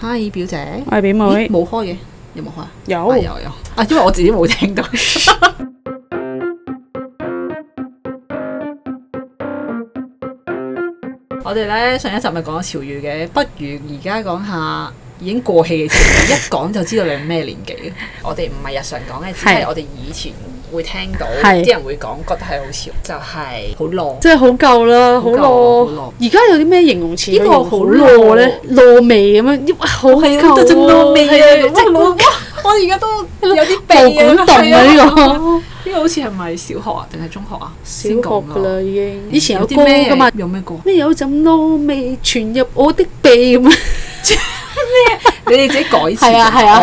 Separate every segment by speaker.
Speaker 1: hi 表姐，
Speaker 2: 我係表
Speaker 1: 咦
Speaker 2: 妹，
Speaker 1: 冇開嘅，有冇開啊？
Speaker 2: 有
Speaker 1: 啊有有啊，因為我自己冇聽到。 我哋咧上一集咪講咗潮語嘅，不如而家講下已經過氣嘅潮語，一講就知道你係咩年紀嘅。我哋唔係日常講嘅，只係
Speaker 2: 係
Speaker 1: 我哋以前會聽到
Speaker 2: 係
Speaker 1: 啲人會講，覺得係好潮，就係好浪。
Speaker 2: 真係好舊啦，
Speaker 1: 好
Speaker 2: 好
Speaker 1: 舊
Speaker 2: 咯
Speaker 1: 好。
Speaker 2: 而家有啲咩形容詞
Speaker 1: 呢個
Speaker 2: 去形容
Speaker 1: 好
Speaker 2: 攞
Speaker 1: 咯
Speaker 2: 咧？糯味咁樣，哇，好
Speaker 1: 係
Speaker 2: 舊
Speaker 1: 啊，
Speaker 2: 喎
Speaker 1: 仲到味
Speaker 2: 係
Speaker 1: 啊！
Speaker 2: 啊
Speaker 1: 即係
Speaker 2: 哇
Speaker 1: 我哇，我哋而家都有啲
Speaker 2: 毛
Speaker 1: 鼻
Speaker 2: 管戙啊！呢個
Speaker 1: 呢個好似係咪小學啊定係中學啊？
Speaker 2: 小
Speaker 1: 小
Speaker 2: 學㗎啦，已經。以前有
Speaker 1: 啲
Speaker 2: 歌
Speaker 1: 咩
Speaker 2: 㗎嘛，
Speaker 1: 有咩歌？
Speaker 2: 咩有陣糯味傳入我的鼻咁樣。
Speaker 1: 你哋自己改詞。哦
Speaker 2: 係啊係啊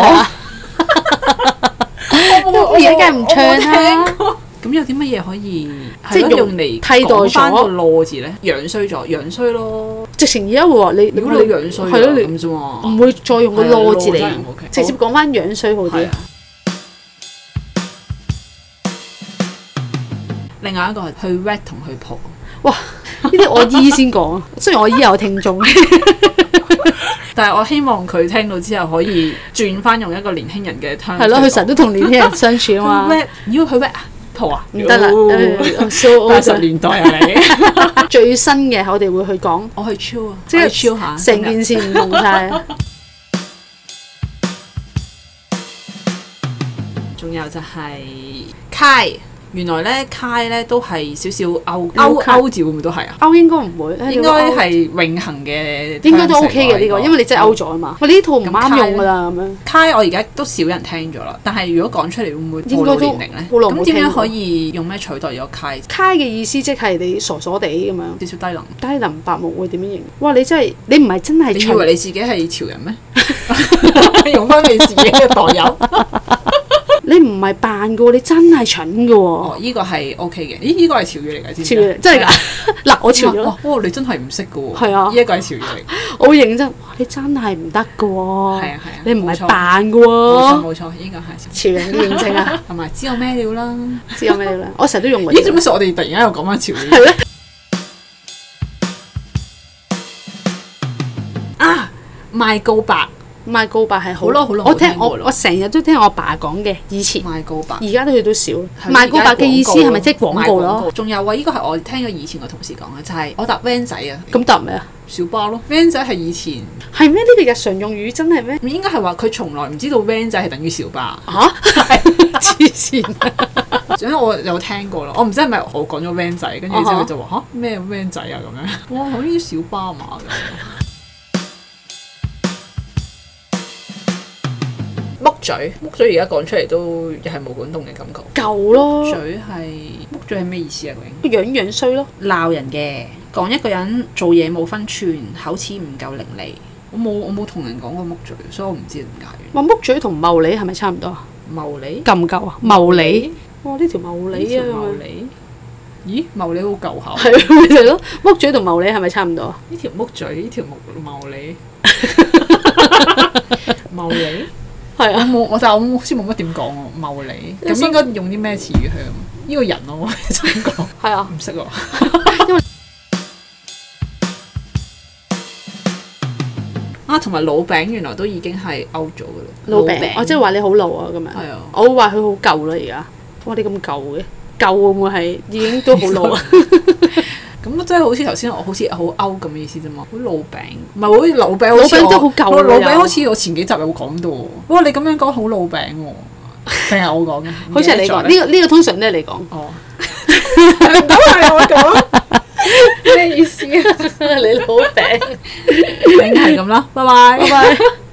Speaker 2: 係 啊！
Speaker 1: 我冇，
Speaker 2: 而家梗係唔唱啦
Speaker 1: 我冇聽過。咁有啲乜嘢可以
Speaker 2: 即
Speaker 1: 係
Speaker 2: 係
Speaker 1: 咯
Speaker 2: 用
Speaker 1: 用嚟
Speaker 2: 替代咗
Speaker 1: 講返個囉字咧？樣衰咗，樣衰咯。
Speaker 2: 直情而家會話你，
Speaker 1: 如果你樣衰
Speaker 2: 係咯，
Speaker 1: 咗
Speaker 2: 你
Speaker 1: 咁啫嘛。
Speaker 2: 唔會再用個
Speaker 1: 係啊
Speaker 2: 攞字
Speaker 1: 攞真係
Speaker 2: 嚟
Speaker 1: 唔 OK，
Speaker 2: 直接講翻樣衰好
Speaker 1: 係
Speaker 2: 啲
Speaker 1: 啊。。另外一個係去 wet 同去蒲，
Speaker 2: 哇！呢啲我姨先講，雖然我姨有聽眾，
Speaker 1: 但係我希望佢聽到之後可以轉翻用一個年輕人嘅 t
Speaker 2: 係咯，佢成日都同年輕人相處啊嘛，
Speaker 1: wet，要去 wet 啊，蒲啊，
Speaker 2: 唔得啦
Speaker 1: 哦
Speaker 2: 誒，so old
Speaker 1: 八十
Speaker 2: 啦
Speaker 1: 年代啊你。
Speaker 2: 最新嘅我哋會去講，
Speaker 1: 我去 chill 啊，
Speaker 2: 即
Speaker 1: 我去 chill 下，
Speaker 2: 係成件事唔同晒。
Speaker 1: 仲有就係 Kai，原來咧 Kai 咧都係少少歐
Speaker 2: 有
Speaker 1: 歐
Speaker 2: Kai
Speaker 1: 歐字會唔會都係啊？
Speaker 2: 勾應該唔會，誒
Speaker 1: 應該係永恆嘅 terms 嚟㗎，
Speaker 2: 應該都 OK 嘅呢個，因為你真係勾咗啊嘛。喂，呢套唔啱用
Speaker 1: 咁
Speaker 2: 㗎啦，咁樣
Speaker 1: 嗯 Kai 我而家都少人聽咗啦，但係如果講出嚟會唔會
Speaker 2: 應
Speaker 1: 暴
Speaker 2: 該都
Speaker 1: 露年齡咧？
Speaker 2: 好耐冇
Speaker 1: 咁點
Speaker 2: 聽
Speaker 1: 樣
Speaker 2: 過
Speaker 1: 可以用咩取代咗 Kai？
Speaker 2: 卡嘅意思即係你傻傻地咁樣。
Speaker 1: 少少低 能，
Speaker 2: 低能白目會點樣形容？哇！你真係你唔係真係
Speaker 1: 你以
Speaker 2: 長
Speaker 1: 為你自己係潮人咩？ 用翻你自己嘅代友，
Speaker 2: 你唔係扮嘅喎，你真係蠢嘅喎。
Speaker 1: 哦，依個係 OK 嘅，咦，依個係潮語嚟㗎，知唔
Speaker 2: 潮
Speaker 1: 知啊
Speaker 2: 語真係㗎，嗱我 潮咗
Speaker 1: 哇，哇你真係唔識㗎喎，
Speaker 2: 係啊
Speaker 1: 依一個係潮語嚟㗎。
Speaker 2: 我會認真。哇！你真係唔得嘅喎，
Speaker 1: 係啊係啊
Speaker 2: 哦你唔
Speaker 1: 冇
Speaker 2: 係
Speaker 1: 錯
Speaker 2: 扮嘅
Speaker 1: 冇錯
Speaker 2: 喎。
Speaker 1: 冇錯，應該係。
Speaker 2: 潮人嘅認 證啊，
Speaker 1: 同埋知我咩料啦？
Speaker 2: 知有咩料咧？我成日都用
Speaker 1: 咦？做
Speaker 2: 㗎。
Speaker 1: 咩事？我哋突然間又講翻潮
Speaker 2: 係
Speaker 1: 語
Speaker 2: 咧，
Speaker 1: 啊！賣告白，
Speaker 2: 賣告白係好
Speaker 1: 好咯好咯
Speaker 2: 我
Speaker 1: 冇聽
Speaker 2: 聽我
Speaker 1: 過咯
Speaker 2: 我成日都聽我爸講嘅，以前
Speaker 1: 賣告白。
Speaker 2: 而家都去到少。
Speaker 1: 係
Speaker 2: 嗯賣告白嘅意思係咪即係廣告？
Speaker 1: 賣廣
Speaker 2: 咯？
Speaker 1: 仲有啊！依個係我聽咗以前個同事講嘅，就係我搭 van 仔啊，
Speaker 2: 咁答咩啊？
Speaker 1: 小巴咯。van 仔係以前
Speaker 2: 係咩？呢個日常用語真係咩？
Speaker 1: 應該係話佢從來唔知道 van 仔係等於小巴，
Speaker 2: 嚇！ 黐線啊！
Speaker 1: 所以我有聽過咯。我唔知係咪我講咗 van 仔，跟住之後
Speaker 2: 啊哈
Speaker 1: 佢就話吓咩 van 仔啊咁樣，哇！好似小巴嘛咁樣。木嘴，木嘴而家講出嚟都又係冇管動嘅感覺。
Speaker 2: 舊咯，
Speaker 1: 嘴係木嘴係咩意思啊？究
Speaker 2: 樣樣衰咯。
Speaker 1: 竟鬧人嘅，講一個人做嘢冇分寸，口齒唔夠伶俐。我冇我冇同人講過木嘴，所以我唔知點解。
Speaker 2: 話木嘴同茂利係咪差唔多啊？
Speaker 1: 茂利，
Speaker 2: 夠唔夠啊？茂利，哇！呢條茂利啊，
Speaker 1: 呢條茂利，咦？茂利好舊口。
Speaker 2: 係咪就係咯？ 木嘴同茂利係咪差唔多啊？
Speaker 1: 呢條木嘴，呢條木茂 利，茂利。
Speaker 2: 係
Speaker 1: 我
Speaker 2: 啊，
Speaker 1: 冇，我就我好似冇乜點講喎，茂利。
Speaker 2: 你
Speaker 1: 咁
Speaker 2: 想
Speaker 1: 應該用啲咩詞語去咁？ 呢個人我我想講，
Speaker 2: 係啊，
Speaker 1: 唔識喎。啊，同埋老餅原來都已經係 out 咗嘅啦。
Speaker 2: 老餅，我即係話你好老啊咁樣。
Speaker 1: 係啊
Speaker 2: 我會話佢好舊啦而家。哇！你咁舊嘅，舊會唔會係已經都好 老啊？
Speaker 1: 咁即係好似頭先我好似好 out 咁嘅意思啫嘛，好老餅，唔係好似老餅
Speaker 2: 老
Speaker 1: 好似我，
Speaker 2: 餅都好舊啦
Speaker 1: 老
Speaker 2: 又
Speaker 1: 餅好似我前幾集有講到喎，哇！你咁樣講好老餅喎，定係我講嘅？。
Speaker 2: 好似係你講，呢個呢個通常都係你講
Speaker 1: 哦， 都係我講， 咩意思啊？
Speaker 2: 你老餅。
Speaker 1: 梗係咁啦，拜拜，拜拜。